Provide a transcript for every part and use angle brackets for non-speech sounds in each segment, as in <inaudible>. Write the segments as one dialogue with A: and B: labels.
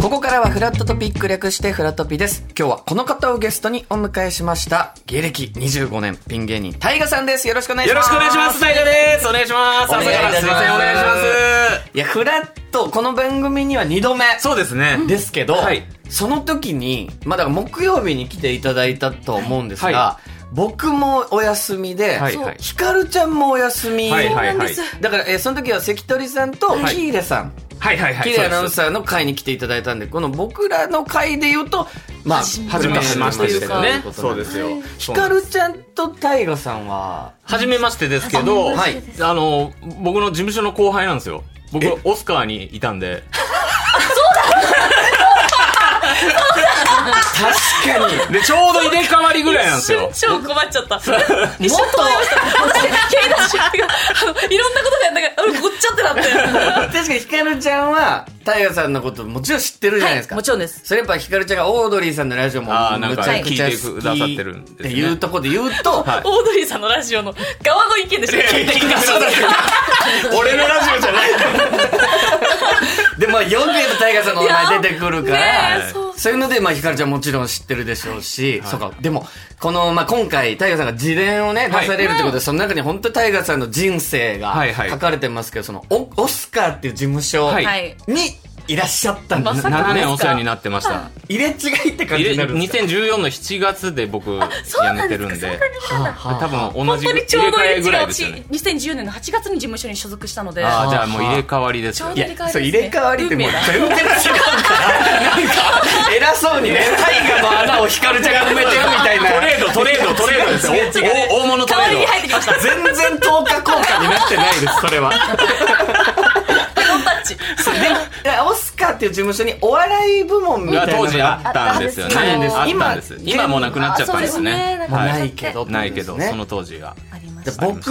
A: ここからはフラットトピック略してフラトピです。今日はこの方をゲストにお迎えしました。芸歴25年、ピン芸人、タイガさんです。よろしくお願いし
B: よろ
A: ます。
B: しくお願いします。斉藤です。お願いします。
A: お願いいたします
B: 朝からすいません。お願いします。
A: いや、フラット、この番組には2度目
B: そうですね。
A: ですけど、
B: はい
A: その時に、まあ、だから木曜日に来ていただいたと思うんですが、
B: は
A: 僕もお休みで、
B: はい
A: そう
B: はい
A: ひかるちゃんもお休み。
B: はいはいはい。
A: だから、えーその時は関取さんと
B: はい
A: 喜入さん、
B: はいはいはい。
A: 喜入アナウン
B: ー。
A: サーの会に来ていただいたんで、この僕らの会で言うと、まあ、
B: 初めましてまして
A: という
B: ね
A: こ。と
B: そ
A: な
B: うんですよ。
A: ひかるちゃんと大河さんは、
B: 初めましてですけど、
A: は
B: はいい。あの、僕の事務所の後輩なんですよ。僕、オスカーにいたんで。
A: 確かに、
B: で、ちょうど入れ替わりぐらいなんですよ。
C: 超困っち
B: <laughs>
C: ゃった。一瞬止まりました。私が経営の仕事が、あの、いろんなことがやったから、俺、ごっちゃってなっ
A: 確かにひかるちゃんは、大河さんのこともちろん知ってるじゃないです
C: て。
A: か。
C: もちろんです。
A: それやっぱひかるちゃんがオードリーさんのラジオもむち
B: あー
A: ゃくちゃ
B: なんか聞いて
A: 好き
B: くださってるんです
A: っ
B: ね
A: ていうところで言うと、
C: オードリーさんのラジオの側の意見でしょ。
B: 俺のラジオじゃない。
A: でまあ読んでると大河さんの名前出てくるか
C: いや
A: ら、
C: ーねえそう
A: そういうのでまあひかるちゃんもちろん知ってるでしょうし、そうかでもこのまあ今回大河さんが自伝をね出
B: はい
A: されるってことで、その中に本当に大河さんの人生が
B: はいはい
A: 書かれてますけど、そのオオスカーっていう事務所
B: はい
C: はい。
A: にいらっしゃったんだ、
C: まさか
B: 7年お世話になってました。
A: 入れ違いって感
B: 入
A: じ
B: れ
A: になるんですか。
B: 2014の7月で僕、辞
C: そうな
B: め
C: ん
B: て
C: で
B: るん
C: すか
B: で。
C: そんなに
A: はあはあ
B: 多分同
C: 本
B: じ
C: 当
B: 入れ
C: にちょうど
B: 替えぐら
C: 違
B: いうですよね。
C: 2010年の8月に事務所に所属したので、
B: ああ、じゃあもう入れ替わりです
C: ち
B: よ
C: ょう
A: い
C: ど入れ替わ
A: や、
C: りです
A: そう、
C: ね。
A: 入れ替わりってもう
C: 運命だ
A: 全然違うから、なんか、偉そうにね、大河の穴をヒカルちゃんが埋めてるみたいな。
B: トレード、トレード、トレードですよ。お大物ト
C: 代わり
B: レ
C: に
B: ー
C: 入ってきました。
A: 全然等価効果になってないです、それは。
C: ノンタッチ。
A: そうでもいや、オスカーっていう事務所にお笑い部門み
B: ド
A: たい
B: が
A: なの
B: 当時あ
A: が
B: ったんですよね。
C: あったんです
B: あったんです。
A: 今
B: 今もうなくなっちゃったんですね。
C: あそうですね
B: は
A: ないけど。
B: ないけど、
A: ね
B: その当時が。
C: ありま
A: で
C: し
A: 僕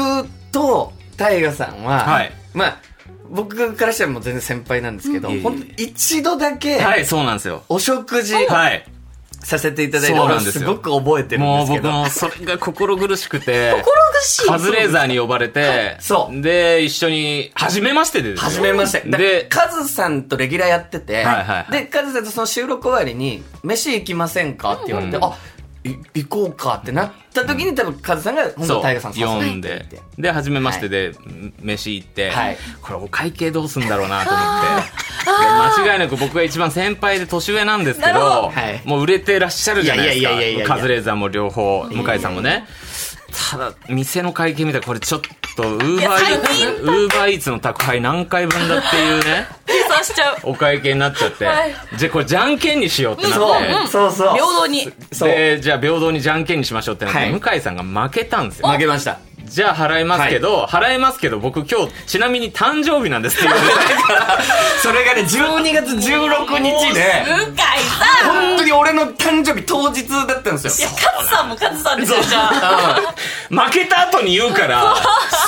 A: と大河さんは、
B: はい
A: まあ、僕からしたらもう全然先輩なんですけど、
B: いえいえ
A: ほんと一度だけ、
B: はい、そうなんですよ。
A: お食事
B: はい。
A: させていただいて、
B: そう
A: 俺
B: なんです
A: すご
B: よ
A: く覚えてるん
B: も
A: で
B: う
A: すけ
B: 僕
A: ど。
B: もそれが心苦しくて、
C: 心苦しい。
B: カズレーザーに呼ばれて、
A: そう
B: で、一緒に、初めましてでですよ
A: 初めまして。で
B: で、
A: カズさんとレギュラーやってて、
B: はいはいはい
A: で、カズさんとその収録終わりに、飯行きませんかって言われて、
B: うん
A: あ、い行こうかってなった時に多分カズさんが、本当
B: そ
A: に
B: う、
A: タイガさん
B: 読
A: 誘
B: ん
A: って
B: で
A: いて。。
B: で、初めましてで、飯行って、
A: はい
B: これお会計どうすんだろうな
A: <laughs>
B: と思って。で間違いなく僕が一番先輩で年上なんですけ
C: な
B: ど、
C: るほど
A: はい
B: もう売れてらっしゃるじゃないですか。
A: いやいやいやいやいや
B: カズレーザーも両方、向井さんもね。ただ、店の会計見たらこれちょっと、ウーバーイ
C: や
B: ー
C: 最
B: ツ、ウーバーイーツの宅配何回分だっていうね、
C: 計算しちゃう。
B: お会計になっちゃって、
C: はい
B: じゃあこれじゃんけんにしようってな
A: そう、
B: って、
A: そうそう。
C: 平等に。
A: そう。
B: で、じゃあ平等にじゃんけんにしましょうってなって、
A: はい
B: 向井さんが負けたんですよ。
A: 負けました。
B: じゃあ払いますけど、払いますけど、僕今日、ちなみに誕生日なんですって言われて
A: それがね、12月16日で、
C: 向井さん
A: 本当に俺の誕生日当日だったんです
C: いや、
A: よ。
C: カズさんもカズさんですよ、じゃあ。
A: <laughs>
B: 負けた後に言うから、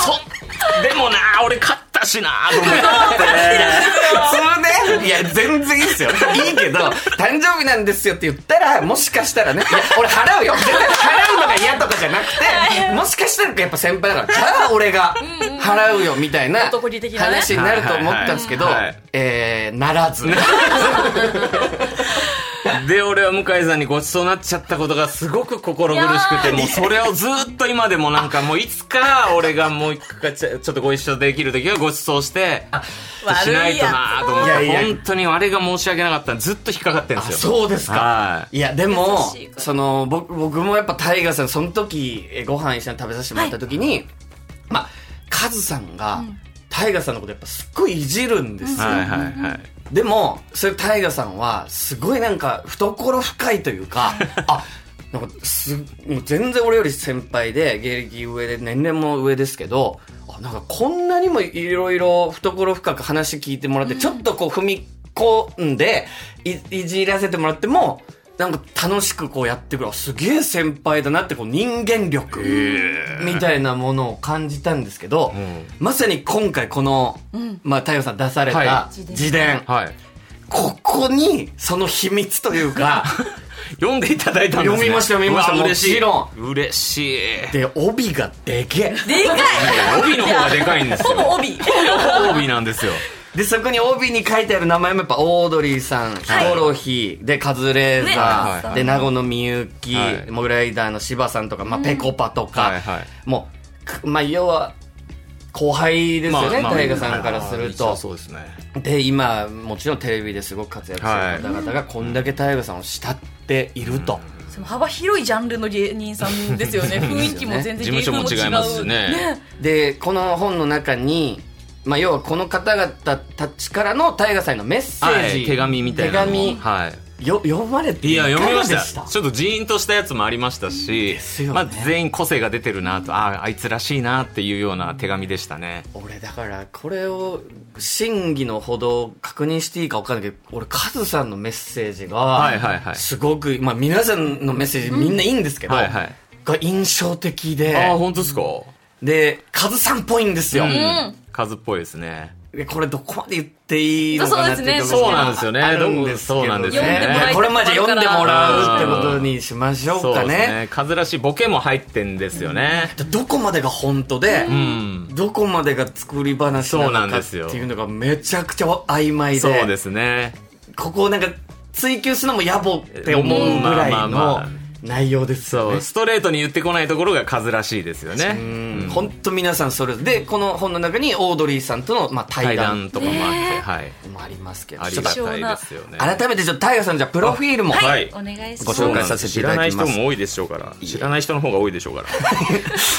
B: そ、でもな、俺勝ったしな、と思って。
A: 普通ね、いや、全然いいですよ。いいけど、誕生日なんですよって言ったら、もしかしたらね、いや、俺払うよ。絶対払うのが嫌とかじゃなくて、もしかしたらやっぱ先輩だから、じゃあ俺が払うよみたいな
C: 男気的なね
A: 話になると思ったんですけど
B: はいはいはい、
A: えー、ならず。
B: で、俺は向井さんにごちそうになっちゃったことがすごく心苦しくて、
C: いやー
B: もうそれをずっと今でもなんか、もういつか俺がもう一回ちょちょっとご一緒できる時はごちそうして、しないとなと思っ
A: 悪い
B: て、
A: やつ
B: 本当にあれが申し訳なかったずっと引っかかってるんですよ。
A: そうですか
B: は。
A: いや、でも
C: 優しい、から
A: その、僕、僕もやっぱタイガーさん、その時、えご飯一緒に食べさせてもらった時に、まあ、カズさんが、タイガーさんのことやっぱすっごいいじるんですよ。
B: はいはいはい。
A: でも、それタイガさんは、すごいなんか、懐深いという
B: <laughs>
A: か、あ、なんかす、もう全然俺より先輩で、芸歴上で、年齢も上ですけど、あ、なんかこんなにもいろいろ懐深く話聞いてもらって、ちょっとこう踏み込んでい、いじらせてもらっても、なんか楽しくこうやってくる、あすげえ先輩だなって、こう人間力、みたいなものを感じたんですけど、
B: ん
A: まさに今回この、まあ、太陽さん出された
B: は
A: 自伝、
B: はい。
A: ここに、その秘密という
B: <laughs>
A: か、
B: 読んでいただいたんです、ね、
A: 読みました読みました
B: うわ嬉しい
A: もちろ
B: 嬉しい
A: で、帯がでけえ。
C: でかい
A: <laughs>
B: 帯の方がでかいんですよ
C: ほぼ帯。
B: 帯なんですよ
A: で、そこに帯に書いてある名前もやっぱ、オードリーさん、ヒコロヒー、で、カズレーザー、
B: ね
A: で、名古のみゆき、
B: はい
A: モグライダーの柴さんとか、まあ、ペコパとか、
B: はいはい
A: もうく、まあ、要は、後輩ですよね、
B: まあまあ
A: 大河さんからする
B: まあ
A: と。
B: そうですね。
A: で、今、もちろんテレビですごく活躍する方々が、こんだけ大河さんを慕っていると。
C: その幅広いジャンルの芸人さんです
B: <laughs>
C: よね。雰囲気も全
B: 事
C: 然
B: 務所も違いますしね。
A: でこの本の中に、まあ、要はこの方々たちからの大河さんへのメッセ
B: は
A: ージ、
B: い、手紙みたいなのも。
A: 手紙
B: はい。
A: よ読まれて
B: いや、読みまし
A: いか
B: た
A: がでした
B: ちょっとジーンとしたやつもありましたし、
A: すよね
B: まあ、全員個性が出てるなと、ああ、あいつらしいなっていうような手紙でしたね。
A: 俺だからこれを真偽のほど確認していいか分かんないけど俺カズさんのメッセージ
B: はいはいは
A: が
B: い
A: すごく、まあ、皆さんのメッセージみんないいんですけど、
B: はいはい
A: が印象的
B: ああ、
A: で
B: 本当ですか
A: でカズさんっぽいんですよ、
B: うん。数っぽいですね。
A: でこれどこまで言っていいのかなって
C: そうですね
A: ところ
B: そうなんですよね
A: あるんですけど
B: そうなんですよね
A: いやこれまで読んでもらうってことにしましょ
B: そう
A: うか
B: です
A: ね。
B: ね。数らしいボケも入ってんですよね。
A: どこまでが本当で、
B: うん。
A: どこまでが作り話な
B: そうな
A: のか
B: んで
A: って
B: すよ
A: いうのがめちゃくちゃ曖昧で、
B: そうですね。
A: ここをなんか追求するのも野暮って思うぐら
B: まあ
A: い
B: まあま
A: の
B: あ
A: 内容ですよ
B: そ
A: ね
B: う、。ストレートに言ってこないところが数らしいですよね。
A: うん本当皆さんそれでこの本の中にオードリーさんとのまあ対
B: 対
A: 談
B: 談とかもあって、はい。
A: もありますけど、
B: あり
A: ちょ
B: が
A: っと
B: たいですよね。
A: 改めてちょっとタイガさんじゃあプロフィールも、
B: はい
C: お願いし
A: ご
C: ます。
A: 紹介させていただきます
B: 知らない人も多いでしょうから。知らない人の方が多いでしょうから。
A: <laughs> こ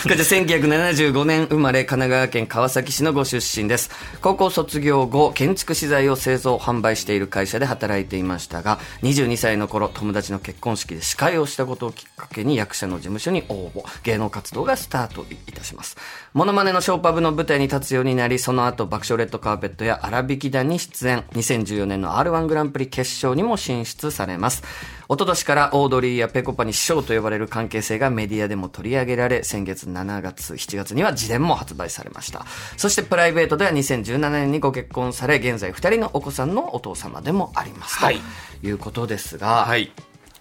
A: ちら1975年生まれ神奈川県川崎市のご出身です高校卒業後建築資材を製造販売している会社で働いていましたが22歳の頃友達の結婚式で司会をしたことをきっかけに役者の事務所に応募芸能活動がスタートいたしますモノマネのショーパブの舞台に立つようになりその後爆笑レッドカーペットや荒引き団に出演2014年の r 1グランプリ決勝にも進出されます一昨年からオードリーやペコパに師匠と呼ばれる関係性がメディアでも取り上げられ、先月7月、7月には自伝も発売されました。そしてプライベートでは2017年にご結婚され、現在2人のお子さんのお父様でもあります。
B: はい
A: ということです <laughs> が、
B: はい。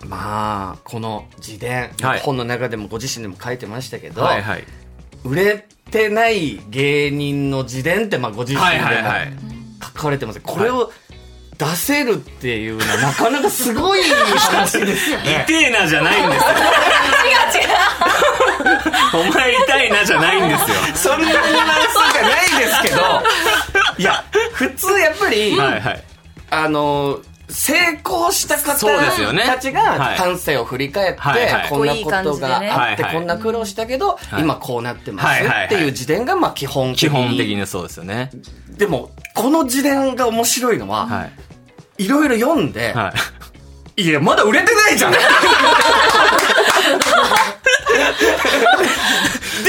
A: まあ、この自伝、
B: はい
A: 本の中でもご自身でも書いてましたけど、
B: はいはい。
A: 売れてない芸人の自伝って、まあ、ご自身
B: はい
A: でも
B: はいはい。
A: 書かれてますこれを出せるっていうのは、なかなかすごい話
B: <laughs>
A: ですよね。
B: 痛えなじゃないんですよ。違う違う。お前痛いなじゃないんですよ。
A: そんなニュアンスじゃないですけど、いや、 <laughs> 普通やっぱり、
B: はいはい。
A: あの、成功した方
B: そうですよね
A: たち
B: は
A: が
B: い
A: 半生を振り返って、
B: はいはい
A: こんなことがあって、
B: かっこいい感じでね
A: こんな苦労したけど、
B: い
A: 今こうなってま
B: は
A: す
B: いはいはい
A: っていう時点が、まあ基本的
B: 基
A: に。
B: 本的にそうですよね。
A: でも、この時点が面白いのは、
B: はい。
A: いろいろ読んで、
B: はい。
A: いや、まだ売れて <laughs> ないじゃんで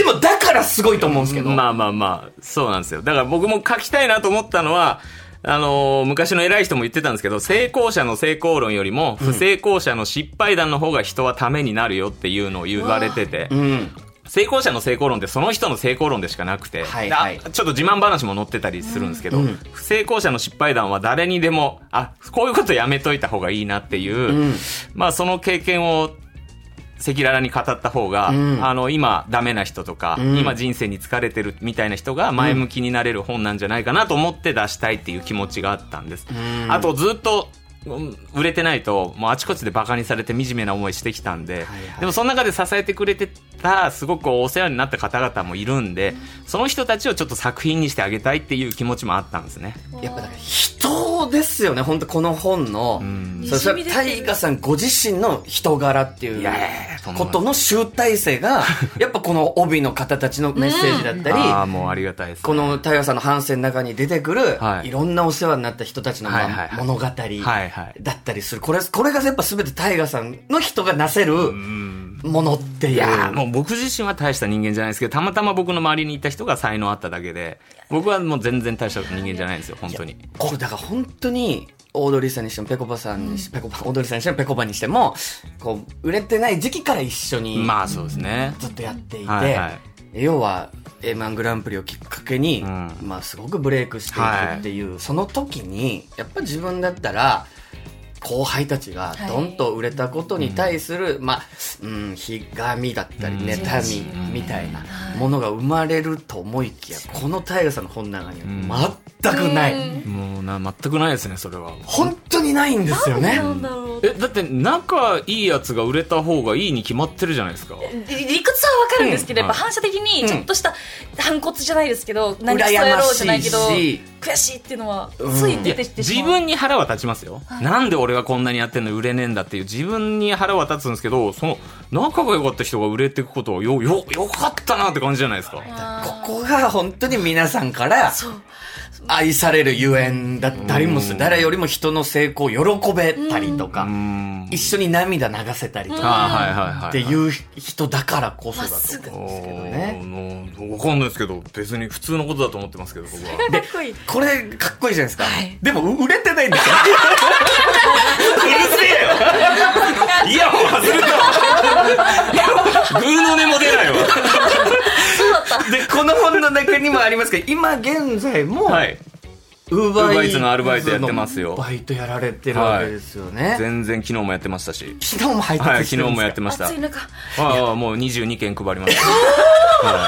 A: も、だからすごいと思うんですけど。
B: <laughs> まあまあまあ、そうなんですよ。だから僕も書きたいなと思ったのは、あのー昔の偉い人も言ってたんですけど、成功者の成功論よりも、不成功者の失敗談の方が人はためになるよっていうのを言われてて、
A: うん。
B: 成功者の成功論ってその人の成功論でしかなくて、
A: はいはい
B: であちょっと自慢話も載ってたりするんですけど、
A: うん
B: 不成功者の失敗談は誰にでも、あ、こういうことやめといた方がいいなっていう、
A: うん
B: まあその経験を赤裸々に語った方が、
A: ん
B: あの、今ダメな人とか、
A: ん
B: 今人生に疲れてるみたいな人が前向きになれる本なんじゃないかなと思って出したいっていう気持ちがあったんです。
A: ん
B: あとずっと、うん売れてないと、もうあちこちでバカにされて惨めな思いしてきたんで、
A: はいはい
B: でもその中で支えてくれてた、すごくお世話になった方々もいるんで、その人たちをちょっと作品にしてあげたいっていう気持ちもあったんですね。
A: やっぱだから人ですよね、本当この本の。そした
C: にじみ出
A: ら、
C: て
A: タ
C: る
A: イガさんご自身の人柄っていう
B: いやいやいやとんで
A: こ
B: もない
A: との集大成 <laughs> が、やっぱこの帯の方たちのメッセージだったり、
B: ああ、もうありがたいです、
A: このタイガさんの反省の中に出てくる、
B: はい
A: い、ろんなお世話になった人たちの、まあ
B: はいはいはい
A: 物語だ
B: はいはい
A: ったりする。これ、これがやっぱ全てタイガさんの人がなせるものっていう。
B: いやーもう僕自身は大した人間じゃないですけど、たまたま僕の周りにいた人が才能あっただけで、僕はもう全然大した人間じゃないんですよ、本当に。
A: これだから本当にオードリーさんにしてもペコパさんにし、ペコパオードリーさんにしてもペコパにしてもこう売れてない時期から一緒に
B: まあそうですね。
A: ずっとやっていて、
B: はいは
A: 要は m 1グランプリをきっかけに、
B: うん
A: まあ、すごくブレイクしていくっていう、その時にやっぱ自分だったら後輩たちが
C: はい
A: どんと売れたことに対する、まあ、うん、ひがみだったり、
B: うん
A: 妬みみたいなものが生まれると思いきや、このタイガさんの本の中には全くない。
C: うん
B: もうな、全くないですね、それは。
A: 本当にないんですよね。
C: なんだろう
B: え、だって仲いいやつが売れた方がいいに決まってるじゃないですか。
C: 理理屈はわかるんですけど、
B: うん
C: やっぱ反射的にちょっとした反骨じゃないですけど、何クソ
A: 羨
C: 野
A: ま
C: 郎
A: し
C: じゃない
A: い
C: けど
A: し、
C: 悔しいっていうのは
A: うん
C: つい
B: い
C: 出
B: や
C: てきてし
B: 自
C: まう、
B: 分に腹は立ちますよ、なんで俺がこんなにやってんのに売れねえんだっていう自分に腹は立つんですけどその仲が良かった人が売れていくことはよよよかったなって感じじゃないですか
C: あー
A: ここが本当に皆さんから
C: そう
A: 愛されるゆえんだったりもす
B: う
A: る。
B: ん
A: 誰よりも人の成功を喜べたりと
B: うー
A: か、
B: ん
A: 一緒に涙流せたりと
B: あー
A: か、
B: はいはいはいはい
A: っていう人だからこそだと思うんですけどね。
B: おーわかんないですけど別に普通のことだと思ってますけど僕
C: <laughs>
B: は
C: かっこいい
A: これかっこいいじゃないですか、
C: はい
A: でもう売れてないんですようるせえよ
B: イヤホン外れたわグーの音も出
C: <laughs>
B: ないわ
C: そうだった
A: でこの本の中にもありますけど今現在も
B: はい
A: ウー
B: Uber Eats のアルバイトやってますよ
A: バイトやられてるわけですよね、
B: 全然昨日もやってましたし
A: 昨日も配
B: はい
C: <laughs>
A: 達し
B: 昨
A: て
B: 日
A: るんですか、
B: もやってました
C: 暑い中
B: ああもう22件配りました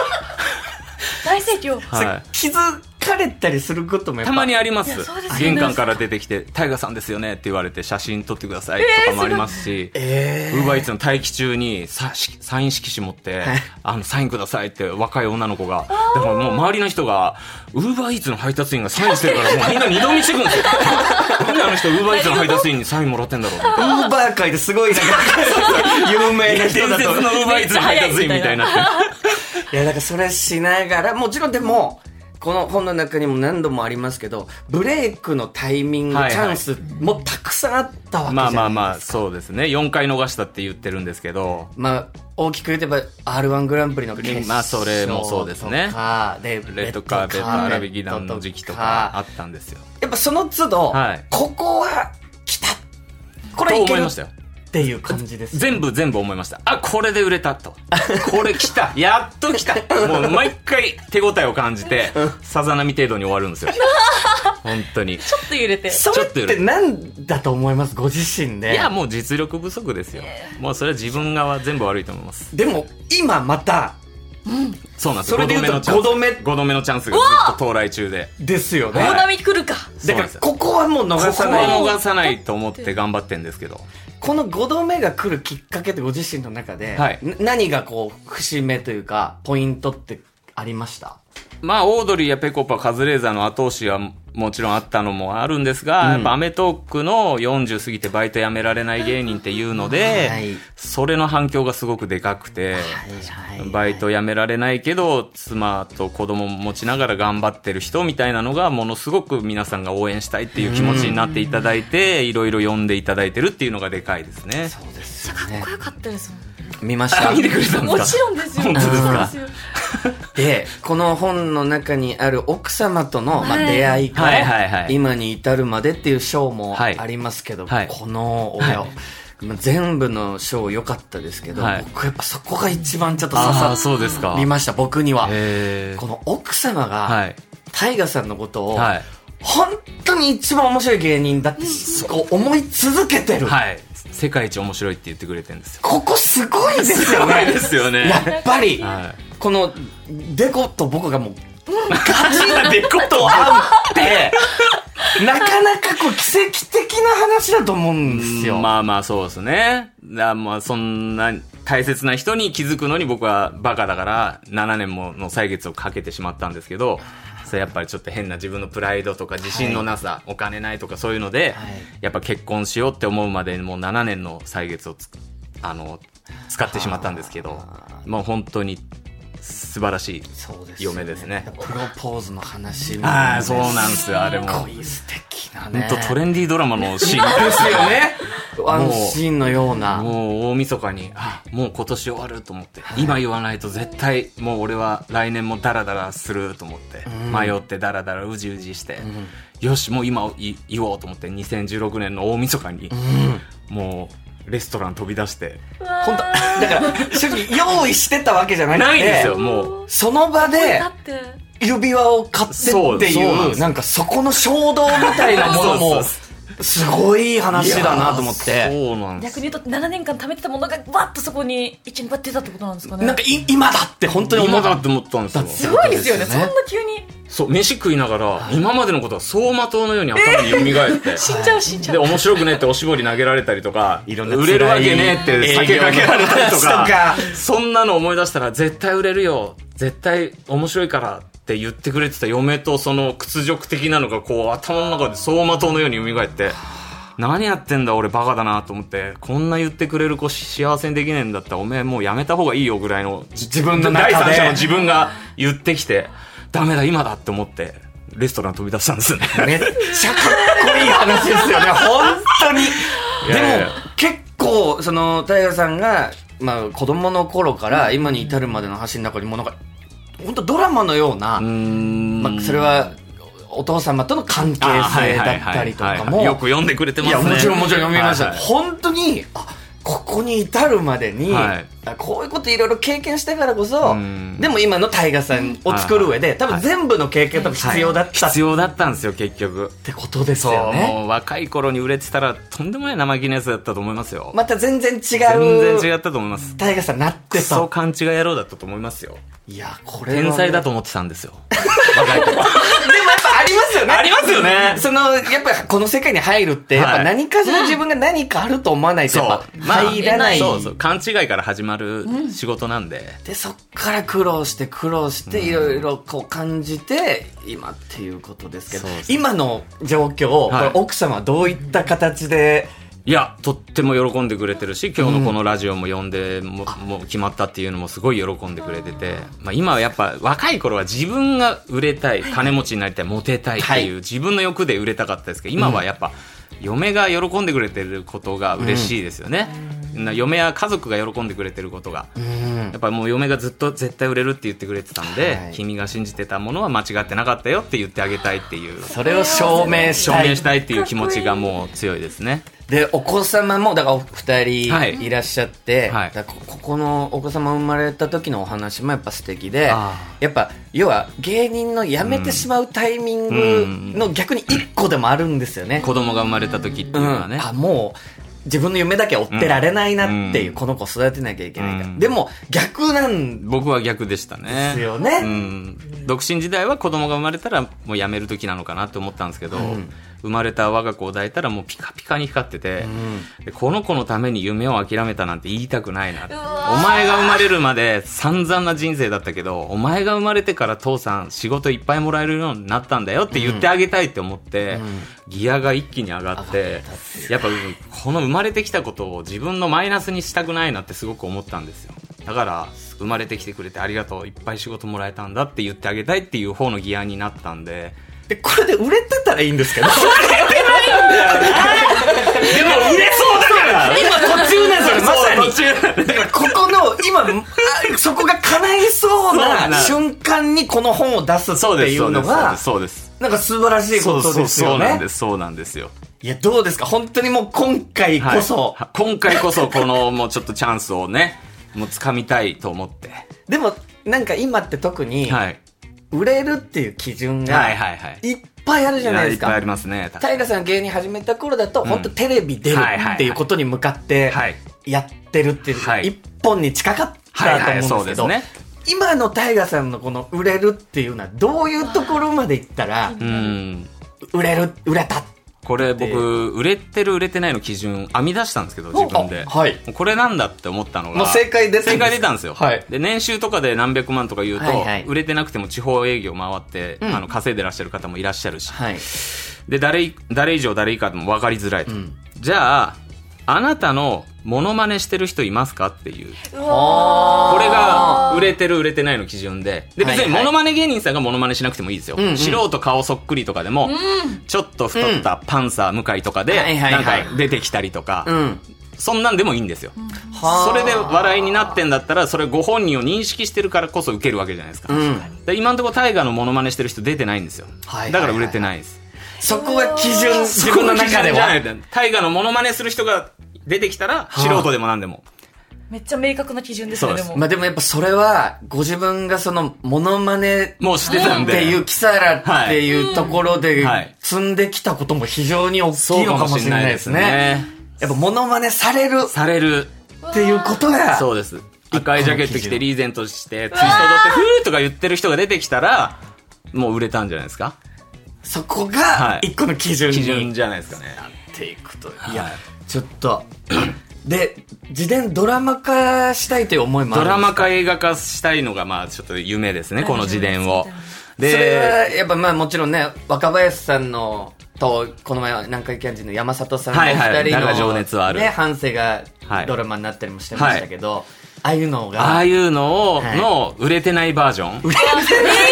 C: 大盛
B: は
C: 況 <laughs>
B: い
A: それ気づかれたりすることもやったぱ
B: まにありま
C: い
B: す
C: やそうですよね
B: 玄関から出てきて「タイガさんですよね」って言われて写真撮ってくださいとかもありますし、
A: え
B: ウーバーイーツの待機中にさしサイン色紙持って
A: はい
B: 「あのサインください」って若い女の子がだからもう周りの人がウーバーイーツの配達員がサインしてる <laughs> からもうみんな二度見してくるんですよなんであの人ウーバーイーツの配達員にサインもらってんだろう
A: ウーバー界ですごいなんか有名な
B: 伝
A: 人だ
B: 説の
A: と
B: ウーバーイーツの配達員みたいにな <laughs> って
A: いや、だからそれしながら、もちろんでも、この本の中にも何度もありますけど、ブレイクのタイミング、
B: はいはい
A: チャンスもたくさんあったわけじゃ
B: ま
A: な
B: あ
A: い
B: まあまあそうですね4回逃したって言ってるんですけど
A: まあ、大きく言えば R1 グランプリの決勝
B: まあそれもそうですね
A: とかで、
B: レッドカーペット
A: レ
B: 荒
A: ッドカーペ
B: 引き団の時期とかあったんですよ
A: やっぱその都度、
B: はい
A: ここは来た。こ
B: と
A: れいけ
B: 思い
A: る
B: ました
A: っ
B: よ
A: ていう感じです。
B: 全部全部思いましたあこれで売れたとこれ来たやっと来たもう毎回手応えを感じてさざ波程度に終わるんですよ本当にい
C: ちょっと揺れて
A: それって何だと思いますご自身で。
B: やもう実力不足ですよもうそれは自分側全部悪いと思います
A: でも、今また、
B: そうなんです
A: それで言うと
B: 5
A: 5
B: 度
A: 度目
B: 目のチャンス5度目のチャンスがずっと到来中で
A: ですよね。
C: 大波来るか
B: そ
A: だ
B: う
A: から
B: なんです、よこ
A: ここはもう逃
B: こ
A: さない。
B: は逃さないと思って頑張ってんですけど
A: この5度目が来るきっかけってご自身の中で、
B: はい
A: な何がこう、節目というか、ポイントってありました
B: まあ、オードリーやペコパ、カズレーザーの後押しはもちろんあったのもあるんですが、やっぱアメトークの40過ぎてバイト辞められない芸人っていうので、
A: はい
B: それの反響がすごくでかくて、バイト辞められないけど、妻と子供持ちながら頑張ってる人みたいなのが、ものすごく皆さんが応援したいっていう気持ちになっていただいて、いろいろ呼んでいただいてるっていうのがでかいですね。
A: そうです
C: じゃ
A: よ
C: かっ
A: ね
C: こ。よかったです
A: <laughs> 見ました。
B: 見てくれたん
C: もん
B: で
C: も
B: すか
C: ちろんですよ
B: 本当ですか
C: そうよ
A: で、この本の中にある奥様との、まあ、
C: はい
A: 出会いから、
B: はいはいはい
A: 今に至るまでっていう章もあ
B: はい
A: りますけど、
B: はい
A: この親を、
B: はい
A: まあ全部の章良かったですけど、
B: はい
A: 僕やっぱそこが一番ちょっと刺
B: ああ、
A: さ
B: そうですか。
A: りました、僕には。
B: へー
A: この奥様が、
B: はい。
A: タイガさんのことを、
B: はい。
A: 本当に一番面白い芸人だって、こう思い続けてる。
B: はい。世界一面白いって言ってくれてるんですよ。
A: ここすごいですよ
B: ない
A: ね
B: で。すよね。
A: やっぱり、
B: は
A: この、デコと僕がもう、ガチ
B: い。でこと
A: 合うって、なかなかこう奇跡的な話だと思うんですよ。
B: まあまあそうですね。だまあそんな大切な人に気づくのに僕はバカだから7年もの歳月をかけてしまったんですけど、それやっぱりちょっと変な自分のプライドとか自信のなさ、お金ないとかそういうので、
A: はい
B: やっぱ結婚しようって思うまでもう7年の歳月をつあの使ってしまったんですけど
A: は、
B: まあ本当に素晴らしい。
A: そうです
B: 嫁ですね
A: プロポーズの話も。
B: ああ、そうなんですよ、あれも。
A: すご
B: 本
A: い素敵なね。
B: 当トレンディードラマのシーンみたい
A: ですよね。ワンシーンのような。
B: もう大晦日に、あ、もう今年終わると思って、今言わないと絶対、もう俺は来年もダラダラすると思って、迷ってダラダラうじうじして、よし、もう今い言おうと思って、2016年の大晦日に、もうレストラン飛び出して、
A: 本当だから、正直用意してたわけじゃない
B: ないんですよ、もう。
A: その場で
C: だって
A: 指輪を買って
B: そう
A: って
B: そうなん
A: い
B: で
A: う、
B: す
A: なんかそこの衝動みたいなもの
B: そうそう
A: も
B: そ
A: すごい話だなと思っ
B: いやー
A: て。
B: そうなんです
C: 逆に言うと7年間貯めてたものがバッとそこに一気にバッて出たってことなんですかね
A: なんかい今だって本当に思
B: 今
A: う
B: だって思ったんですよ
C: すごいですよね
A: そうです
C: そん
A: よね
C: な急に
B: そう飯食いながら今までのことは走馬灯のように頭に蘇って、
C: 死んじゃう死んじゃ
B: で
C: う
B: 面白くねっておしぼり投げられたりとか
A: いろんな辛い
B: 売れるわけねえって酒かけられた
A: <laughs>
B: りとか
A: 営業の話
B: そんなの思い出したら絶対売れるよ絶対面白いからって言ってくれてた嫁とその屈辱的なのがこう頭の中で走馬灯のように蘇って何やってんだ俺バカだなと思ってこんな言ってくれる子幸せにできねえんだったらおめえもうやめた方がいいよぐらいの
A: 自分の中
B: 第
A: で
B: 三者の自分が言ってきてダメだ今だって思ってレストラン飛び出したんですよね
A: めっちゃかっこいい話ですよね、本当に。
B: いやいやい
A: で
B: や
A: も、結構、その、大河さんが、まあ、子供の頃から今に至るまでの話の中にも、なんか、本当ドラマのような、まあ、それは、お父様との関係
B: あはい
A: 性
B: は
A: だ
B: い
A: っ
B: はい
A: たりと
B: はい
A: か
B: はい
A: も、
B: よく読んでくれてま
A: い
B: すね
A: や、もちろんもちろん読みました。
B: はいはい
A: 本当に、あ、ここに至るまでに、
B: はい
A: あこういうこといろいろ経験したからこそ
B: ん、
A: でも今の大河さんを作る上で、多分全部の経験とか必要だったっ
B: 必要だったんですよ結局
A: てことです
B: そう
A: よね。
B: もう若い頃に売れてたらとんでもない生意気なやつだったと思いますよ、
A: また全然違う。
B: 全然違ったと思います
A: タイガーさんなって
B: クソ
A: た。
B: 勘違い野郎だったと思いますよ
A: いや、これはね
B: 天才だ。と思ってたんです <laughs> よ若い頃
A: でもやっぱありますよね。
B: ありますよね
A: その、やっぱこの世界に入るって、やっ
B: は
A: ぱ
B: い
A: 何かしら自分が何かあると思わないと、
B: そ
A: や
B: う
A: っぱ、入らない。
B: そうそう勘違いから始まる仕事なんで、
A: で、そっから苦労して苦労して、いろいろこう感じて、今っていうことですけど
B: そうで、す
A: 今の状況、こ
B: はい
A: れ奥様はどういった形で、
B: いや、とっても喜んでくれてるし、今日のこのラジオも呼んでも、もう決まったっていうのもすごい喜んでくれてて、まあ今はやっぱ若い頃は自分が売れたい、金持ちになりたい、モテたいって
A: はい
B: いう自分の欲で売れたかったですけど、今はやっぱ嫁が喜んでくれてることが嬉しいですよね。な嫁や家族が喜んでくれてることが。やっぱもう嫁がずっと絶対売れるって言ってくれてたんで、
A: はい
B: 君が信じてたものは間違ってなかったよって言ってあげたいっていう、
A: それを証明し
B: 証
A: たい
B: 明したいっていう気持ちがもう強いですね。
A: でお子様もだからお二
B: はい
A: 人いらっしゃって、
B: はい
A: だからこここのお子様生まれた時のお話もやっぱ素敵で
B: あ
A: やっぱ要は芸人の辞めてしまうタイミングの逆に一個でもあるんですよね。
B: 子供が生まれた時って
A: う
B: いうんのはね、
A: あもう自分の夢だけは追ってられないなっていう、
B: うん
A: この子育てなきゃいけないから、
B: うん
A: でも逆なんで
B: 僕は逆でしたね
A: すよね
B: うん、独身時代は子供が生まれたらもうやめる時なのかなって思ったんですけど、
A: ん
B: 生まれた我が子を抱いたらもうピカピカに光ってて、でこの子のために夢を諦めたなんて言いたくないなって
C: う
B: お
C: わー
B: 前が生まれるまで散々な人生だったけどお前が生まれてから父さん仕事いっぱいもらえるようになったんだよって言ってあげたいって思って、ギアが一気に上がってやっぱうんこの生まれてきたことを自分のマイナスにしたくないなってすごく思ったんですよだから生まれてきてくれてありがとういっぱい仕事もらえたんだって言ってあげたいっていう方のギアになったんで
A: でこれで売れてたらいいんですけど
B: でも売れそうだから <laughs>
A: 今途中なんですよねまさに
B: 途中
A: だからここの今あそこが叶いそう
B: そうな
A: な瞬間にこの本を出すって
B: そうで
A: いう
B: すそうで
A: の
B: すそ
A: が
B: うですそうです
A: なんか素晴らしい
B: そ
A: こ
B: うそ
A: と
B: うそう
A: ですよ
B: なんで
A: ね。
B: すそうなんですよ
A: いやどうですか本当にもう今回こそ、
B: はい今回こそこのもうちょっとチャンスをねもう掴みたいと思って
A: でもなんか今って特に
B: はい
A: 売れるっていう基準
B: はい
A: が
B: はいはい
A: いっぱいあるじゃないです
B: やいっぱいあ
A: か
B: り。ますね確かに
A: 平さんが芸人始めた頃だと、本当テレビ出る
B: はいはいはい
A: っていうことに向かって
B: はい
A: やってるっていう、
B: はい
A: 一本に近かったと思うんですけど、
B: はいはい
A: 今のタイガさんのこの売れるっていうのはどういうところまでいったら
B: うん
A: 売れる売れた
B: これ僕売れてる売れてないの基準編み出したんですけど自分で
A: あはい
B: これなんだって思ったの
A: も
B: が
A: う正解出たんです
B: 正解出たんですよ、
A: はい
B: で年収とかで何百万とか言うと、
A: はいはい
B: 売れてなくても地方営業回って、
A: ん
B: あの稼いでらっしゃる方もいらっしゃるし、
A: はい
B: で誰い誰以上誰以下でも分かりづらいと、じゃああなたのモノマネしてる人いますかっていう
C: うわー
B: これが売れてる売れてないの基準でで別
A: はい
B: に
A: はい
B: モノマネ芸人さんがモノマネしなくてもいいですよ、
A: んうん
B: 素人顔そっくりとかでも、ちょっと太ったパンサー向井とかで、
A: はいはいは
B: ないんか出てきたりとか、
A: うん
B: そんなんでもいいんですよ、
A: はあ
B: それで笑いになってんだったらそれご本人を認識してるからこそ受けるわけじゃないですか,、
A: ん
B: で今のところ大河のモノマネしてる人出てないんですよ、
A: はいはいはい
B: だから売れてないです
A: そこが基準自
B: 自分
A: 分
B: の
A: の
B: 中
A: 中
B: で
A: で
B: は
A: は
B: 大河のモノマネする人が出てきたら素人でも何でも、
C: めっちゃ明確な基準ですね、
B: そう
C: で
B: です
C: も。
A: まあでもやっぱそれは、ご自分がその、モノマネ
B: もうしてたん
A: っ
B: で。
A: ていう、キサラっていうところで
B: はい、
A: 積んできたことも非常に大き
B: そ
A: いうの
B: か
A: か
B: も
A: も
B: し
A: し
B: れ
A: れな
B: な
A: いい
B: で
A: ですす
B: ね
A: ね。やっぱモノマネされる
B: される。
A: っていうことが、
B: そうです。赤いジャケット着てリーゼントして、ツイスト踊って、ふーとか言ってる人が出てきたら、もう売れたんじゃないですか
A: そこ
B: は
A: が
B: い
A: 一個の基準
B: 基
A: に
B: 準じゃないですかね。
A: なっていくと。
B: い
A: いや、ちょっと。 <clears throat> で、自伝ドラマ化したいという思いもあ
B: ド
A: るんです
B: ラ
A: か
B: マ化映画化したいのが、まあちょっと夢ですね、この自伝を。
A: それは
B: で、
A: やっぱまあもちろんね若林さんのとこの前は南海キャンディーズの山里さんのお
B: はいはい
A: 二人
B: だ
A: の、
B: から情熱はある
A: ね、反省が
B: はい
A: ドラマになったりもしてましたけど、ああいうのが
B: ああいうのを、
A: はい
B: の、売れてないバージョン。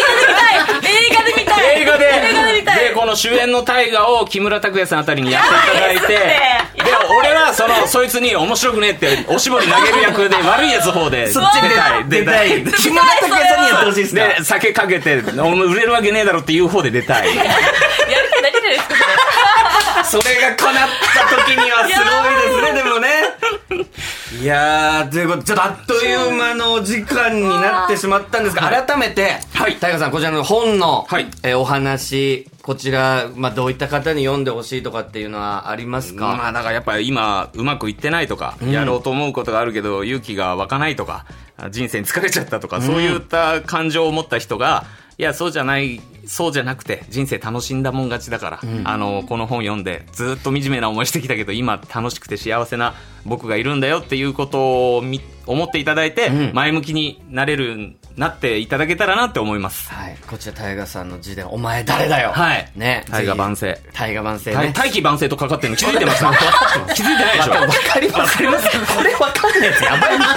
C: 映画で見たい
B: 映画で、
C: 映画で見たい
B: で、この主演の大河を木村拓哉さんあたりにやっていただいて、で
C: やばいっすね、
B: 俺はその、そいつに面白くねえって、おしぼり投げる役で悪いやつ方で、
A: そっちで
B: 出
A: 出た
B: た
A: い木
B: い。で
A: 村拓哉さんにやってほしいですか
B: で、酒かけて、お前売れるわけねえだろっていう方で出
C: <laughs>
B: たい。
C: やる気だけじゃないですか
B: それが叶った時にはすごいですね、でもね。
A: いやーということでちょっとあっという間のお時間になってしまったんですが改めて
B: はい
A: 大河さんこちらの本の、
B: はい
A: えーお話こちら、まあ、どういった方に読んでほしいとかっていうのはありますか、
B: まあだからやっぱり今うまくいってないとか、やろうと思うことがあるけど勇気が湧かないとかあ人生に疲れちゃったとか、そういった感情を持った人がいやそうじゃないそうじゃなくて人生楽しんだもん勝ちだから、あのこの本読んでずっと惨めな思いしてきたけど今楽しくて幸せな僕がいるんだよっていうことをみ思っていただいて、
A: ん
B: 前向きになれるなっていただけたらなって思います。
A: はい、こちら大河さんの字で「お前誰だよ」
B: はい
A: ね
B: 大河万世
A: 大河万世
B: 大
A: ね
B: 大器晩成とかかってるの気づいて <laughs> ます気づいてないでしょ
A: わかります。これわかんないやつやばいな。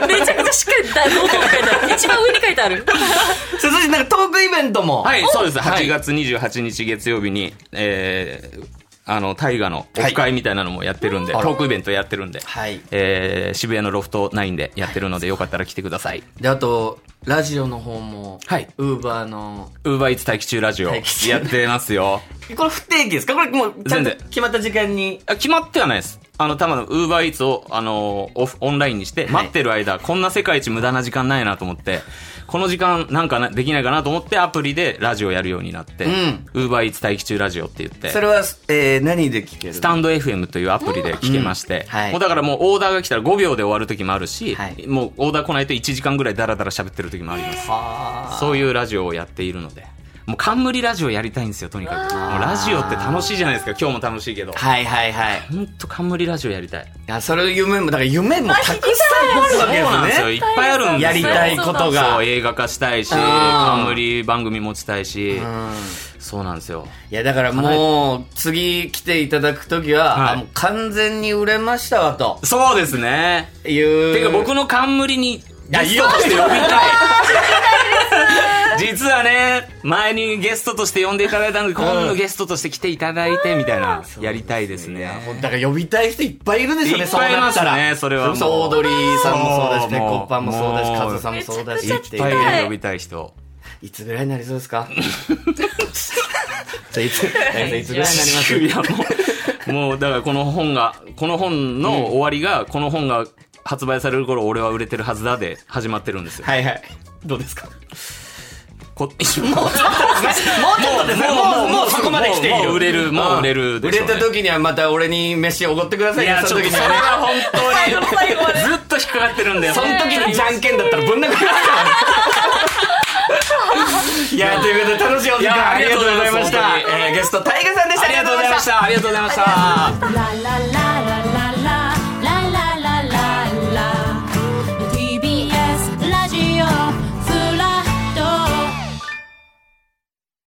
C: ら。 <laughs> めちゃくちゃしっかりだノートに書いてある。一番上に書いてある。
A: そしてなんかトークイベントも。
B: はい、そうです。
A: はい
B: 8月28日月曜日に、えー、あの、大河のオフ会みたいなのもやってるんで、
A: はい
B: トークイベントやってるんで、
A: はい
B: えー渋谷のロフト9でやってるので、よかったら来てください。
A: で、あと、ラジオの方も、
B: はい
A: ウーバーの、
B: ウーバーイーツ待機中ラジオ、や
A: 待機中
B: ってますよ。
A: これ不定期ですかこれもう、ちゃんと
B: 全然
A: 決まった時間に。
B: あ決まってはないです。あの、たまのウーバーイーツを、あの、オフ、オンラインにして、待ってる間、こんな世界一無駄な時間ないなと思って、この時間なんかなできないかなと思って、アプリでラジオやるようになって、ウ
A: ん
B: ーバーイーツ待機中ラジオって言って。
A: それは、えー、何で聞ける
B: スタンド FM というアプリで聞けまして、
A: うんはい
B: もうだからもうオーダーが来たら5秒で終わる時もあるし、
A: はい
B: もうオーダー来ないと1時間ぐらいダラダラ喋ってる時もあります。
A: は
B: そういうラジオをやっているので。もう冠ラジオやりたいんですよ、とにかく。もうラジオって楽しいじゃないですか、今日も楽しいけど。
A: はいはいはい。い
B: ほんと冠ラジオやりたい。
A: や、それ夢も、だから夢もたくさんあるわけ
B: そうなんで
A: ですす
B: よ、
A: ね。
B: いっぱいあるんですよ。
A: やりたいことが
B: そう、。映画化したいし、
A: うん
B: 冠番組持ちたいし、
A: うん
B: そうなんですよ。
A: いやだからもう次来ていただくときは、
B: はい
A: あもう完全に売れましたわと
B: そうですね。
A: いう。
B: てか僕の冠に
A: いや
B: ゲストとして呼びたい。 <laughs> 実はね、前にゲストとして呼んでいただいたので、今度ゲストとして来ていただいて、みたいな、やりたいです
A: いや
B: ね。
A: もうだから呼びたい人いっぱいいるでしょうね、
B: いっぱいいますね
A: うなったら
B: それはもう
A: そオードリーさんもそうだし、
B: そう
A: ね、
B: もう
A: コッパンもそうだし、
B: もう
A: カズさんもそうだし
C: めちゃ
A: っ
C: く
A: て
B: い
A: い
B: っぱ
A: う。
B: いいる呼びたい人。
A: いつぐらいになりそうです <laughs> かじゃあいつ、大体いつぐらいになります
B: いや、もう、 <laughs> もう、だからこの本が、この本の終わりが、この本が発売される頃、俺は売れてるはずだで始まってるんですよ。
A: はいはい。どうですか
B: こもうちょっと
A: ですねもうもうそこまで来ている
B: もう売れる、もう売れる
A: 売
B: でし
A: れ
B: ょうね
A: た時にはまた俺に飯おごってください
B: い
A: よ
B: や、ち
A: そ
B: ょっ
A: の
B: と
A: 時に
B: そ
A: は
B: れ
A: ね。
B: は本
C: 最後の最後ま
B: 当
C: で
B: に、ずっと引っかかってるんだよ。
A: その時にじゃんけんだったらぶん殴りますから。いや、ということで楽しいお時
B: いや
A: 間ありがとうございました
B: ありがとうござ
A: え
B: います。
A: ーゲスト、タイガさんでした。
B: ありがとうございました。ありがとうございました。
D: La la la